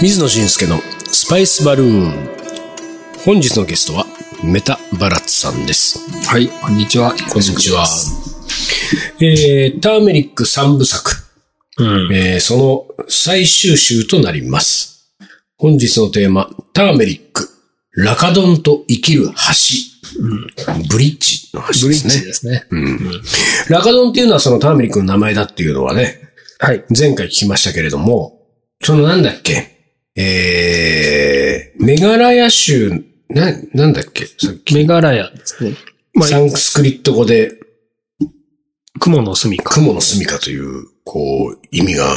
水野俊介のスパイスバルーン。本日のゲストは、メタバラッツさんです。はい、こんにちは。こんにちは。えー、ターメリック三部作。うん。えーその最終週となります。本日のテーマ、ターメリック、ラカドンと生きる橋。ブリッジの橋ブでリすッジね。ですね。ラカドンっていうのはそのターメリックの名前だっていうのはね、はい。前回聞きましたけれども、そのなんだっけ、えー、メガラヤ州、な、なんだっけ、さっき、メガラヤですね。まあサンクスクリット語で、雲の隅か。雲の住処という、こう、意味が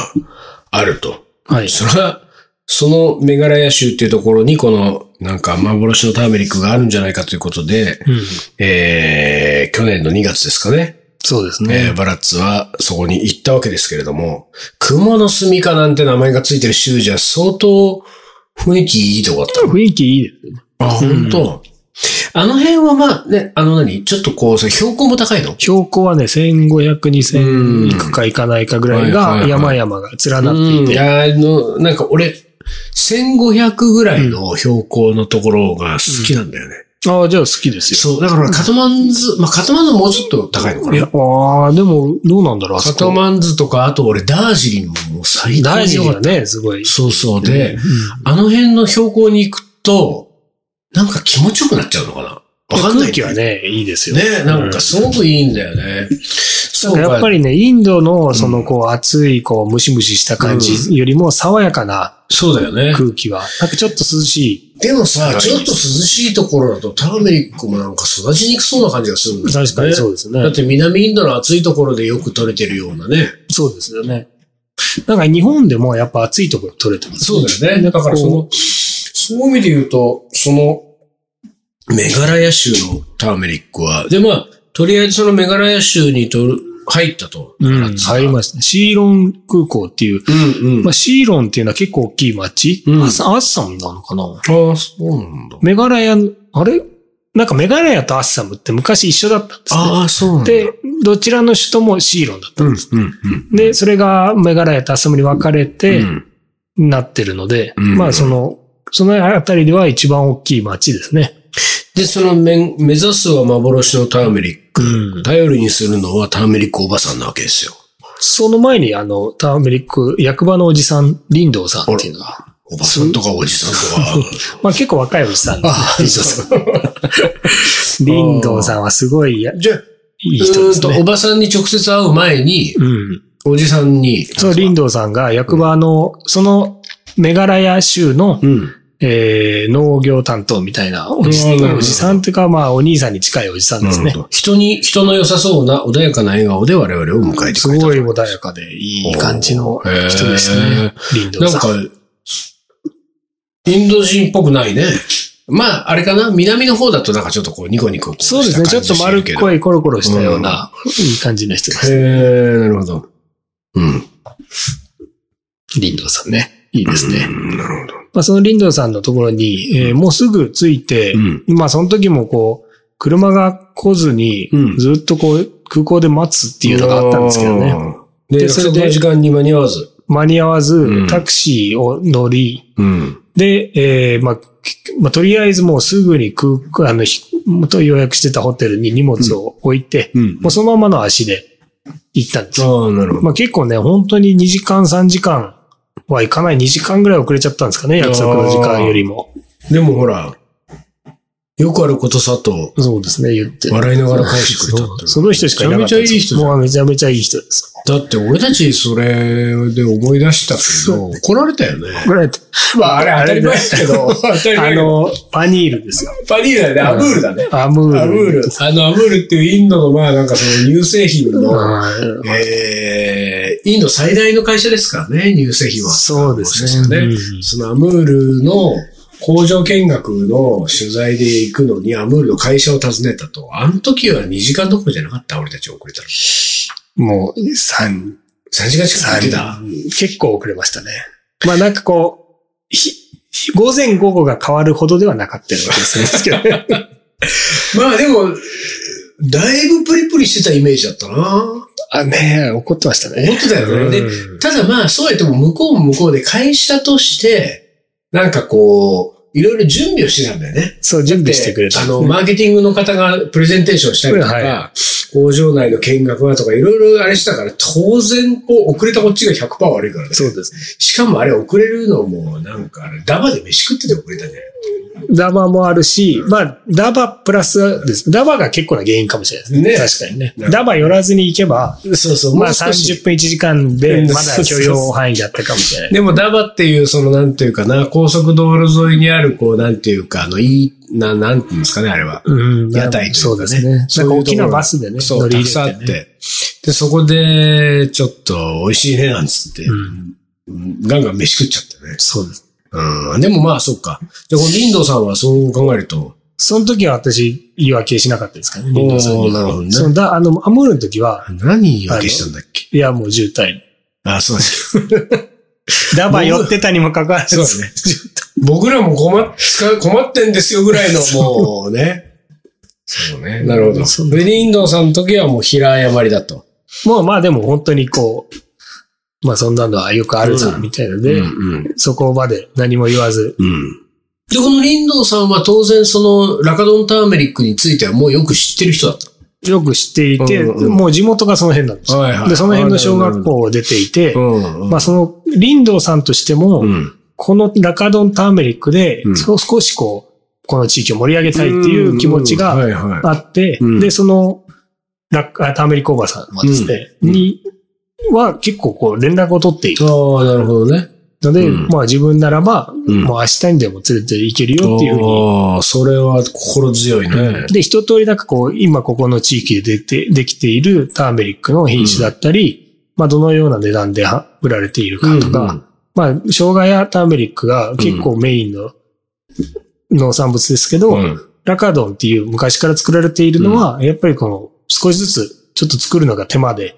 あると。はい。それは、そのメガラヤ州っていうところに、この、なんか幻のターメリックがあるんじゃないかということで、うん。えー、去年の2月ですかね、そうですえーね。バラッツはそこに行ったわけですけれども、雲の住処なんて名前がついてる州じゃ相当雰囲気いいとこだったの。雰囲気いいですね。あ、本当。あの辺はまあね、あの何ちょっとこう、それ標高も高いの標高はね、1500、うん2000いくかいかないかぐらいはいはが、いは山い々が連なっていいて。や、あの、なんか俺、1500ぐらいの標高のところが好きなんだよね。ああ、じゃあ好きですよ。そう、だからカトマンズ、まあカトマンズもうちょっと高いのかいなや、ああ、でも、どうなんだろう、あカそトこ。マンズとか、あと俺ダージリンももう最高大に良事かっがた。ね、すごい。そうそう。で、うんあの辺の標高に行くと、なんか気持ちよくなっちゃうのかなわかんない。空気は。ね、いいですよ。ね、なんかすごくいいんだよね。そうやっぱり、りね、インドの、その、こう、暑い、こう、ムシムシした感じよりも、爽やかなそうだよね。空気は。なんかちょっと涼しでもさ、はいちょっと涼しいところだとターメリックもなんか育ちにくそうな感じがするんい。だよね。確かにそうですだねっ。て南インドの暑いところでよく取れてるようなね。そうですよね。なんか日本でもやっぱ暑いところ取れてます、そうだよね。だからその、そういう意味で言うと、その、メガラヤ州のターメリックは、で、まあ、とりあえずそのメガラヤ州にとる入ったと。うん、入りましたね。シーロン空港っていう。うんうん。まあ、シーロンっていうのは結構大きい町。うんアッサンアッサムなのかなああ、そうなんだ。メガラヤ、あれなんかメガラヤとアッサムって昔一緒だったんですね。ああ、そうなんだ。で、どちらの首都もシーロンだった。うん、うん、うん。で、それがメガラヤとアッサムに分かれて、うんなってるので、うんまあその、そのあたりでは一番大きい町ですね。で、そのめん、目指すは幻のターメリッうんク。頼りにするのはターメリックおばさんなわけですよ。その前にあの、ターメリック、役場のおじさん、林道さんっていうのが、おばさんとかおじさんとか。まあ結構若いおじさんです。ああ、そう そう。林道さんはすごいやじゃあ、いいう人でーんすと、ねお。ばさんに直接会う前に、うん。おじさんに。その林道さんが役場の、その、メガラヤ州の、うん。えー農業担当みたいなおじうんなるほどおじさんというか、まあお兄さんに近いおじさんですねなる。ほど人に、人の良さそうな穏やかな笑顔で我々を迎えてすくれた。ごい穏やかでいい感じの人でしたね。林道なんさんか。、インド人っぽくないね。まあ、あれかな南の方だとなんかちょっとこうニコニコそうですね。ちょっと丸っこい。いコロコロしたような、いい感じの人です。へえ、なるほど。うん。林道さんね。いいですね。うんなるほど。まあ、その林道さんのところに、えーもうすぐ着いてう、ん。まあ、その時もこう、車が来ずにうん、ずっとこう、空港で待つっていうのがあったんですけどね。で。でそそれれでの時間に間に合わず。間に合わうんず、タクシーを乗り、うん。で、えーまあ、きまあ、とりあえずもうすぐに空港、あの、ひ元予約してたホテルに荷物を置いて、うんもうそのままの足で行ったんですよああ、なるほど。まあ、結構ね、本当に2時間、3時間は行かない、2時間ぐらい遅れちゃったんですかね、約束の時間よりも。でもほら、よくあることさと、そうですね、言って。笑いながら返してくれたっていう その人しかいなかったんですめちゃめちよ。ゃいい人じゃんもうめちゃめちゃいい人です。だって俺たちそれで思い出したけど、怒られたよね。これ、まああれ当たり前ですけど、当たりあ前のの、パニールですよ。パニールだね、アムールだね。アムール。アムール。あのアムールっていうインドのまあなんかその乳製品の、はいえー、インド最大の会社ですからね、乳製品は。そうですね。うんそのアムールの工場見学の取材で行くのにアムールの会社を訪ねたと。あの時は2時間どころじゃなかった、俺たち遅れたら。もう、3、 3時間近く行ってた。結構遅れましたね。まあなんかこう、ひ午前午後が変わるほどではなかったわけですけ どね。まあでも、だいぶプリプリしてたイメージだったな。あ、ねえ、怒ってましたね。思ってたよね。で、うんただまあ、そうやっても向こうも向こうで会社として、なんかこう、いろいろ準備をしてたんだよね。そう、準備してくれた。あの、マーケティングの方がプレゼンテーションしたりとか、は工場内の見学はとかいろいろあれしてたから、当然こう遅れたこっちが100%悪いからね。そうです。しかもあれ遅れるのもなんかあれ、ダバで飯食ってて遅れたね。ダバもあるし、まあ、ダバプラスです。ダバが結構な原因かもしれないねですね。確かにうんね。ダバ寄らずに行けば、そうそう、まあもう少し30分1時間うでんまだ許容範囲だったかもしれない。でも、ダバっていう、その、なんていうかな、高速道路沿いにある、こう、なんていうか、あの、いい、な、なんていうんですかね、あれは。うん屋台といそううかね。ですね。なんか大きなバスでね、そう、たくさんあ入っれてね。て。で、そこで、ちょっと、美味しいね、なんつって、うん。ガンガン飯食っちゃったね。そうです。うん。でもまあ、そっか。で、この林道さんはそう考えると、その時は私、言い訳しなかったですからね、リンドさんおーに。なるほどね。そのだ、あの、アモールの時は、何言い訳したんだっけいや、もう渋滞。あそう です。ダバ寄ってたにもかかわらず、そうですね。 僕らも困っ、使う困ってんですよぐら いの、もうね。そうね。なるほそど。うで、林道さんの時はもう平謝りだと。もうまあでも本当にこう、まあそんなのはよくあるぞ、みたいので、うん。そこまで何も言わず、うん。で、この林道さんは当然そのラカドンターメリックについてはもうよく知ってる人だった。よく知っていて、うんうんもう地元がその辺なんですよ、はいはいで、その辺の小学校を出ていて、ん、まあその、林道さんとしても、うん。このラカドンターメリックで、うんそう少しこう、この地域を盛り上げたいっていう気持うちんがはいはい。あって、うんで、その、ラあターメリックおばさんはですね、うんに、は結構こう連絡を取っているああ、なるほどね。ので、うんまあ自分ならば、うんもう明日にでも連れて行けるよっていうふうにああ、それは心強いね。で、一通りなんかこう、今ここの地域で出て、できているターメリックの品種だったり、まあどのような値段では売られているかとか、まあ生姜やターメリックが結構メインの農産物ですけど、うんラカドンっていう昔から作られているのは、やっぱりこの少しずつちょっと作るのが手間で、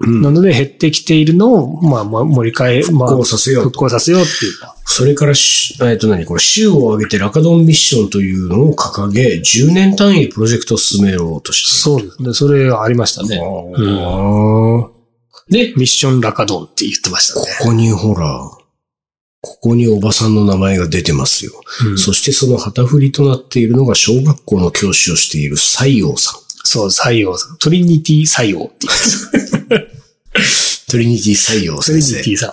うんなので減ってきているのを、まあまあ盛り替え、まあこうさせよう復と。興させようっていうか。それからし、えっと何これ、州を挙げてラカドンミッションというのを掲げ、10年単位でプロジェクトを進めようとしてそうですね。それはありましたる。ね。ああ。で、ミッションラカドンって言ってましたこね。こにほら、ここにおばさんの名前が出てますよ。うんそしてその旗振りとなっているのが小学校の教師をしている西洋さん。そう、採用さん。トリニティ採用っていう。トリニティ西洋ト先リニ生テ。ィさん。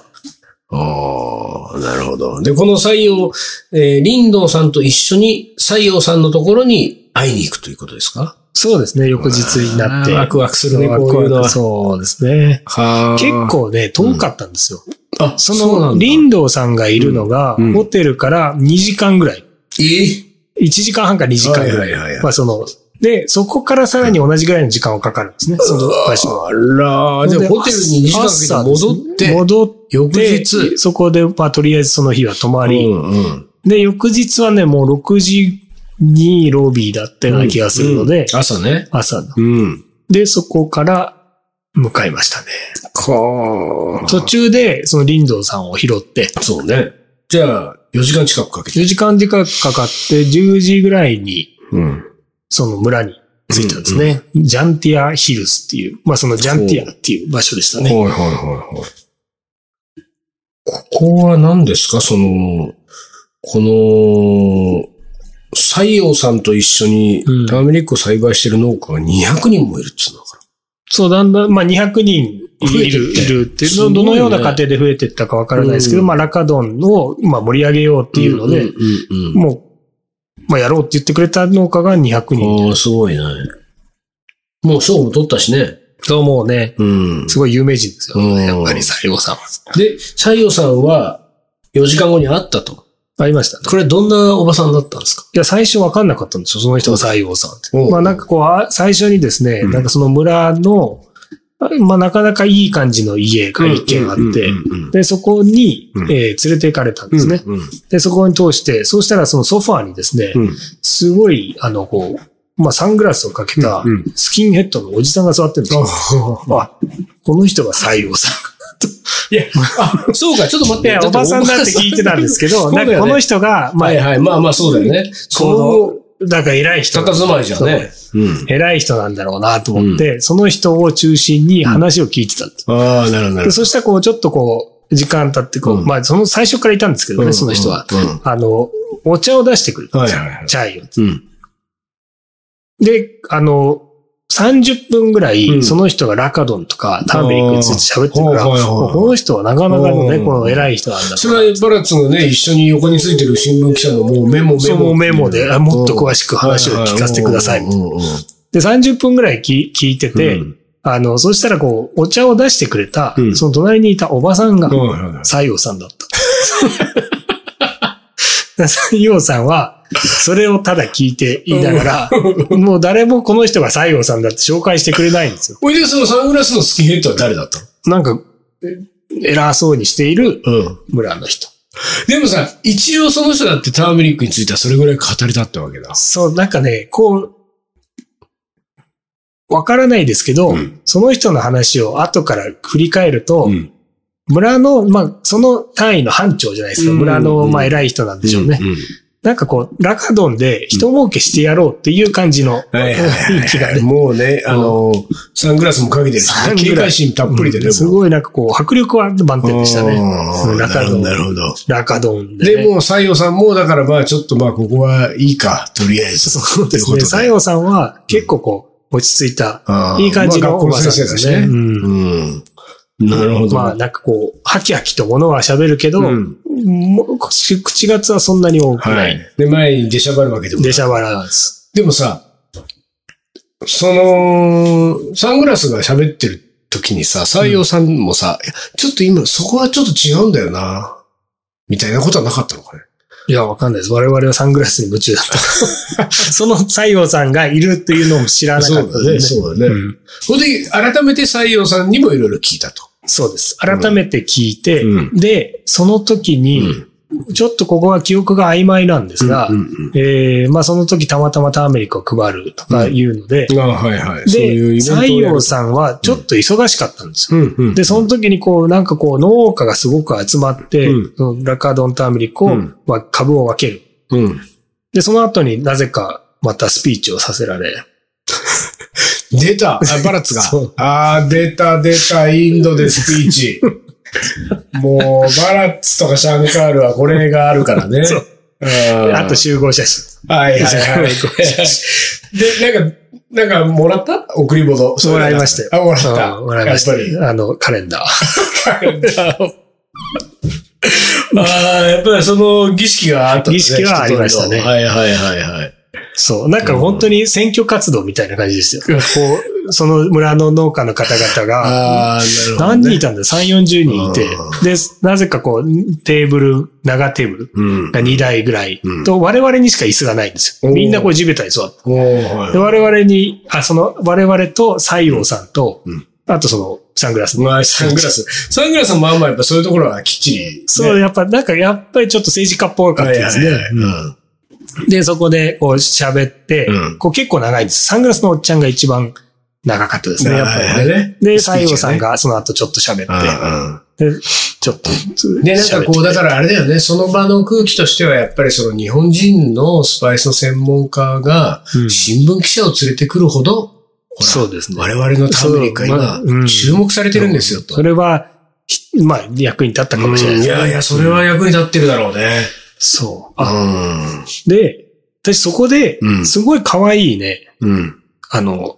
ああ、なるほど。で、この西洋、えー、林道さんと一緒に西洋さんのところに会いに行くということですかそうですね、翌日になって。あーワクワクするねワクワクこういうのはそうですね。は結、構ね、遠かったんですよ。あ、そそうなの、んだ林道さんがいるのが、うんうんホテルから2時間ぐらい。え1時間半か2時間ぐら。はいいはいはいはいまあその、で、そこからさらに同じぐらいの時間をかかるんですね、その場所は。あらー、でもホテルに2時間かけて戻って、朝戻って、翌日、そこで、まあとりあえずその日は泊まり、うんうんで、翌日はね、もう6時にロビーだったような気がするので、うん朝ね。朝の。うん。で、そこから向かいましたね。か途中で、その林道さんを拾って、そうね。じゃあ、4時間近くかけて。 4時間時間かかって、10時ぐらいに、うん。その村に着いたんですね。ジャンティアヒルスっていう、まあそのジャンティアっていう場所でしたはいね。はいはいはい。ここは何ですかその、この、西洋さんと一緒にうんターメリックを栽培してる農家が200人もいるっつうのかそう、だんだん、まあ200人増えいてるっているっていうすごいどねのような過程で増えていったかわからないですけど、うんまあラカドンを、まあ盛り上げようっていうので、んうんうんもう、まあ、やろうって言ってくれた農家が200人。ああ、すごいね。もう賞も取ったしね。そうもうね、うん。すごい有名人ですよ。うんやっぱり西郷さんは。で、西洋さんは4時間後に会ったと。ありましたね。これどんなおばさんだったんですかいや、最初わかんなかったんですよ。その人が西郷さんって。おうまあなんかこうあ、最初にですね、うんなんかその村の、あまあなかなかいい感じの家が一軒あって、で、そこに、うんえー連れて行かれたんですね。うんで、そこに通して、そうしたらそのソファーにですね、うんすごい、あの、こう、まあサングラスをかけたうんスキンヘッドのおじさんが座ってるんですよ。あ、この人が西郷さん。いや、あ、そうか、ちょっと待っいて。や、 おばさんだって聞いてたんですけど、 そうだなよんねかこの人が、まあはい、はい。まあまあ、そうだよね。こそだから偉い人たなんだたずまいじゃね。うん。偉い人なんだろうなと思って、その人を中心に話を聞いてたんです。ああ、なるほど、なるでほそしたらこう、ちょっとこう、時間経ってこう、うんまあ、その最初からいたんですけどど。ね、その人は。うん。うんあの、お茶を出してくる。はいはいはいチャイを。うん。で、あの、30分ぐらい、うんその人がラカドンとかターメリックについて喋ってるから、あーはいはいはいこの人はなかなかのね、うんこの偉い人なんだそれはバラッツのね、一緒に横についてる新聞記者のもうメモメモ。そのメモで、あもっと詳しく話を聞かせてください。うんうんうんで、30分ぐらいき聞いてて、うんあの、そしたらこう、お茶を出してくれた、うんその隣にいたおばさんが、はいはいはい西洋さんだった。 西洋さんは、それをただ聞いていながら、もう誰もこの人が西洋さんだって紹介してくれないんですよ。おいで、そのサングラスのスキンヘッドは誰だったのなんか、え偉そうにしているうん。村の人。でもさ、一応その人だってターメリックについてはそれぐらい語りたってわけだ。そう、なんかね、こう、わからないですけど、うんその人の話を後から振り返ると、ん。村の、まあ、その単位の班長じゃないですか。うん村の、まあ、偉い人なんでしょうね。んんなんかこう、ラカドンで人儲けしてやろうっていう感じのはいはいはい雰囲気がはいね。もうね、あの、サングラスもかけてるしサングラス警戒心たっぷりでね、うんすいごいなんかこう、迫力は満点でしたね。うんラなカるドほど、ン。なるほど。ラカドンで、ね。で、もう、西洋さんも、だからまあ、ちょっとまあ、ここはいいか、とりあえず。そうですね。西後、洋さんは結構こう、落ち着いた、あーいい感じまあのお学ば校さの先んで生だすしね。ね。うんうん。なるほど。まあ、なんかこう、はきはきと物は喋るけど、うんもう口口がつはそんなに多くはない。い。で、前に出しゃばるわけでもないでしゃばらなんです。でもさ、その、サングラスが喋ってる時にさ、採用さんもさ、いやちょっと今、そこはちょっと違うんだよな、みたいなことはなかったのかね。いや、わかんないです。我々はサングラスに夢中だった。 その西洋さんがいるっていうのも知らなかったんでそうだね。うんそれで、改めて採用さんにもいろいろ聞いたと。そうです。改めて聞いて、うで、その時に、ちょっとここは記憶が曖昧なんですが、うんうんえーまあその時たまたまターメリックを配るとかいうので、うんあはいはい。そうでいうイ、ベントを西やる洋さんはちょっと忙しかったんですよ。うんうん。で、その時にこう、なんかこう、農家がすごく集まって、うんそのラカードンターメリックを、うんまあ、株を分ける。うん。で、その後になぜかまたスピーチをさせられ、出たあバラッツがそう。あー出た出た、インドでスピー チ。もう、バラッツとかシャンカールはこれがあるからね。そううんあと集合写真。はいはい はい。で、なんか、なんか、もらった送り物。もらいましたよ。あ、もらった。うんもらいました。やっぱり。あの、カレンダー。 ああ、やっぱりその儀式があったんですね儀式はありましたねはいはいはいはい。そう。なんか本当に選挙活動みたいな感じですよ。こう、その村の農家の方々が、ああ、なるほど、ね。何人いたんだ ?3、40人いう。てで、なぜかこう、テーブル、長テーブルうん。が2台ぐらいうんと、我々にしか椅子がないんですよ。おーみんなこう地べたに座って。おーはいで、我々に、あ、その、我々と西洋さんとうん、あとその、サングラスの。まあ、サングラス。サングラスもまあまあ、やっぱそういうところはきっちり、ね。そう、やっぱ、なんか、やっぱりちょっと政治家っぽかっはたいではいすはいね。うん。で、そこで、こう、喋ってうん、こう、結構長いんです。サングラスのおっちゃんが一番長かったですね、やっぱりね。ねで、西洋さん。がその後ちょっと喋っうんうんて、で、ちょっと。で、なんかこう、だからあれだよね、その場の空気としては、やっぱりその日本人のスパイスの専門家がう、ん新聞記者を連れてくるほど、ほらそうですね我々のターメリックがそうまあう今、ん注目されてるんですよ、と。それは、ひまあ、役に立ったかもしれないうんでいすねやいや、それは役に立ってるだろうね。そう。ああで、私そこでう、んすごい可愛いね、うん。あの、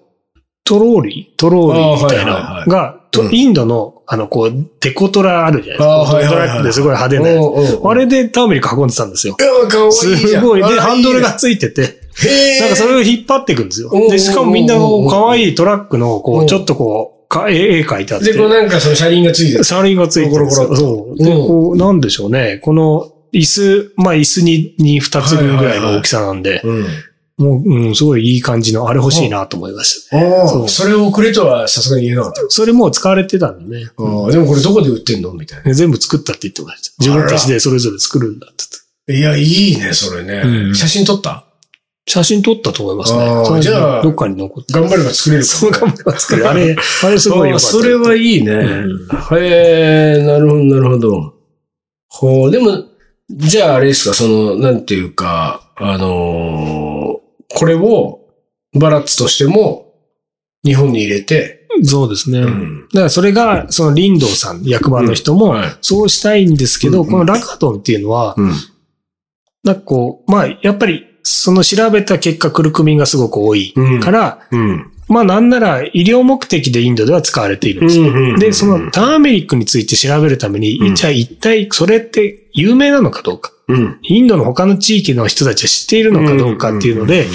トローリートローリーみたいあーはいはいはないのが、とうんインドの、あの、こう、デコトラあるじゃないですあかー。はいデコトはいはいラってすごい派手なやつ。ああれでターメリック運んでたんですよ。いや、かわいいじすゃん。ごい。あで、れハンドルが。ついてて。へえ。なんかそれを引っ張っていくんですよおうおうおうお。うで、しかもみんなこう、可愛いトラックの、おこうう、ちょっとこう、か絵絵描いてあってで、、こうなんかその車輪がついてる。車輪がついてるんですゴロよ。そう。で、うんこう、なんでしょうね。この、椅子、まあ椅子に、に二つ分ぐらいの大きさなんで、うん。もう、うん、すごいいい感じの、あれ欲しいなと思いました。おそお、うそれをくれとはさすがに言えなかった。それもう使われてたんでね。ああでもこれどこで売ってんのみたいな。で全部作ったって言ってました。自分たちでそれぞれ作るんだって言って。いや、いいね、それね。うん写真撮った写真撮ったと思いますあーね。それじゃあどっかに残って。頑張れば作れるかそう頑張れば作る。あれ、あれすごあい良あかった。 それはいいね。うんへえ、なるほど、なるほど。ほう、でも、じゃああれですか、その、なんていうか、あのーこれをバラッツとしても日本に入れて、そうですね。うんだからそれが、その林道さん、役場の人うんもはい、そうしたいんですけど、うんうんこのラカトンっていうのは、うん。なんかこう、まあ、やっぱり、その調べた結果、クルクミンがすごく多いうんから、うん。まあなんなら医療目的でインドでは使われているんですうよ。んで、そのターメリックについて調べるために、うんじゃあ一体それって有名なのかどうか、うん。インドの他の地域の人たちは知っているのかどうかっていうので、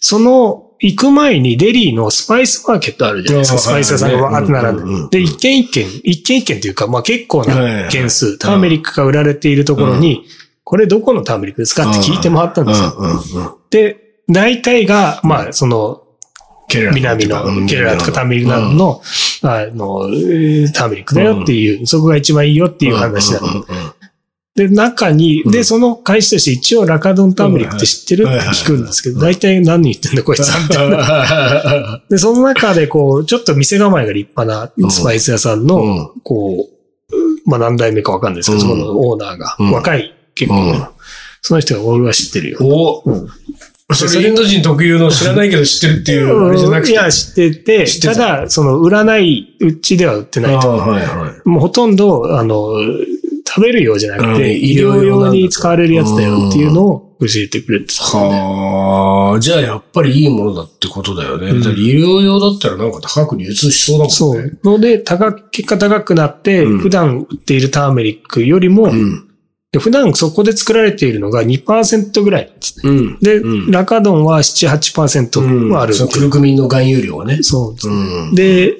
その行く前にデリーのスパイスマーケットあるじゃないですか。ああスパイス屋さんがわーって並んで。うんうんうんで、一軒一軒、一軒一軒というか、まあ結構はいな件数、ターメリックが売られているところに、これどこのターメリックですかって聞いて回ったんうん。うですよ。ん。うん。で、大体が、まあその、ケレラとか。南のケラとかタミルナ南ドの、あの、えーターメリックだよっていう、そこが一番いいよっていう話だ。で、中に、うで、んその会社として一応ラカドンターメリックって知ってるうんって聞くんですけど、大体何言ってんだこいつ はみたいな。の。で、その中でこう、ちょっと店構えが立派うなんスパイス屋さんの、こう、まあ何代目かわかんないですけど、うんそこのオーナーが、うん若い、結構、うんその人が俺は知ってるよ。おうんそれインド人特有の知らないけど知ってるっていうあれじゃなくて。いや、知ってて、知ってたただ、その、売らない、うちでは売ってないとああはいはい。もうほとんど、あの、食べるようじゃなくて、うん医療用に使われるやつだよっていうのを教えてくれてたんで、はあ、じゃあやっぱりいいものだってことだよね。うんだって医療用だったらなんか高く流通しそうだもんね。そう。ので、高く、結果高くなって、うん普段売っているターメリックよりも、うん。で普段そこで作られているのが2%ぐらいなんですね。うん。で、うんラカドンは7、8%はある、そのクルクミンの含有量はね。そうです、うん。で、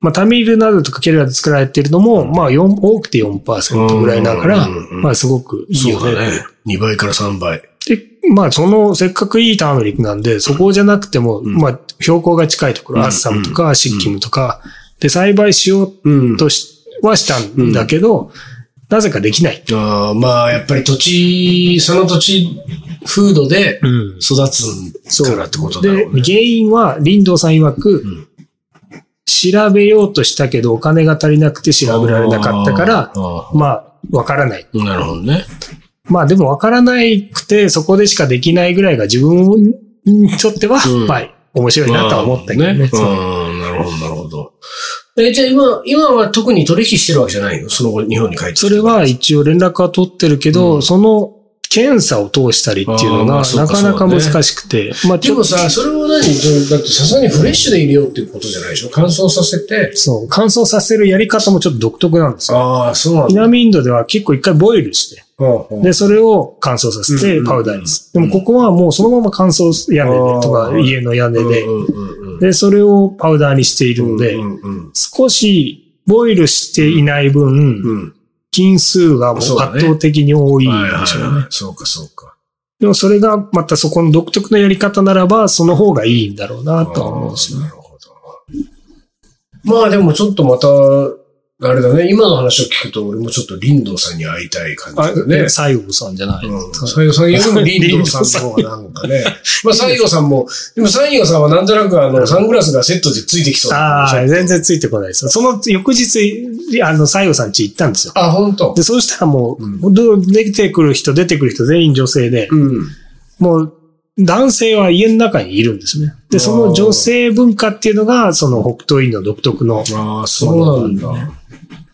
まあ、タミルナドとかケラで作られているのも、まあ、4多くて4%ぐらいだから、うんうんうんまあ、すごくいいよそねうだね。2倍から3倍。で、まあ、その、せっかくいいターメリックなんで、そこじゃなくても、んまあ、標高が近いとこうろ、んアッサムとか、シッキムとか、で、栽培しよううんとし、はしたんだけど、なぜかできない。ああまあ、やっぱり土地、その土地、風土でうん。育つからってことだでろうね。原因は、林道さん曰く、ん調べようとしたけど、お金が足りなくて調べられなかったからあ、あまあ、わからない。なるほどね。まあ、でもわからないくて、そこでしかできないぐらいが自分にとっては、うんはい、面白いなとは思ったけどね。そううん、なるほど、なるほど。え、じゃあ今、今は特に取引してるわけじゃないのその後、日本に帰ってきて。それは一応連絡は取ってるけど、うんその検査を通したりっていうのあーまがあそうなかかなかそうだ難ねしくて、まあちでょっともさ、それも何それだってさすがにフレッシュで入れようっていうことじゃないでしょ乾燥させて。そう、乾燥させるやり方もちょっと独特なんですよ。ああ、そうなんだ。南インドでは結構一回ボイルして、うんうんで、それを乾燥さうせんうんてうんパウダーにする。でもここはもうそのまま乾燥屋根でとあかー家の屋根でう、んうんうんで、それをパウダーにしているのでう、んうん少しボイルしていない分、うん。菌数がもう圧倒的に多いんはいはいでしょうね。はい。そうか、そうか。でもそれがまたそこの独特のやり方ならば、その方がいいんだろうなとは思うし、なるほど。まあでもちょっとまた、あれだね、今の話を聞くと、俺もちょっと林道さんに会いたい感じだね。西郷さんじゃない。うん西郷さんよりも林道さんの方がなんか ね。まあ西郷さんも、でも西郷さんはなんとなくあの、サングラスがセットでついてきそうなああ、感じ全然ついてこないですよ。その翌日、あの、西郷さん家行ったんですよ。あ、本当で、そうしたらもうんう、どう出てくる人、出てくる人全員女性で、うん。もう、男性は家の中にいるんですね。で、その女性文化っていうのが、その北東インド独特のっああ、そうなんだ。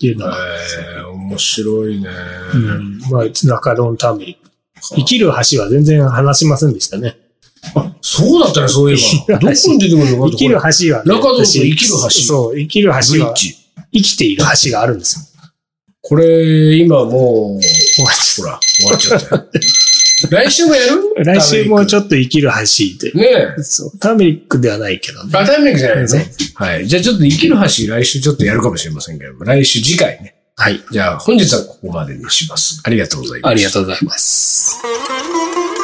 ていうのは、ええ、面白いね。うん、まあ、中丼ターメリック。生きる橋は全然話しませんでしたね。あ、そうだったね、そういえば。どこに出てくるのか生きる橋は、中堂君生きる橋そう、生きるブリ橋はッ、ジ。生きている橋があるんですこれ、今もう、よ。ほら、終わっちゃったよ。来週もやる来週もちょっょっと生きる橋で。ねえ。そう、ターメリックではないけどね。あ、タイムリングじゃないですね。はい。じゃあちょっと生きる橋、来週ちょっとやるかもしれませんけれども、来週次回ね。はい。じゃあ本日はここまでにします。ありがとうございます。ありがとうございます。 Thank you.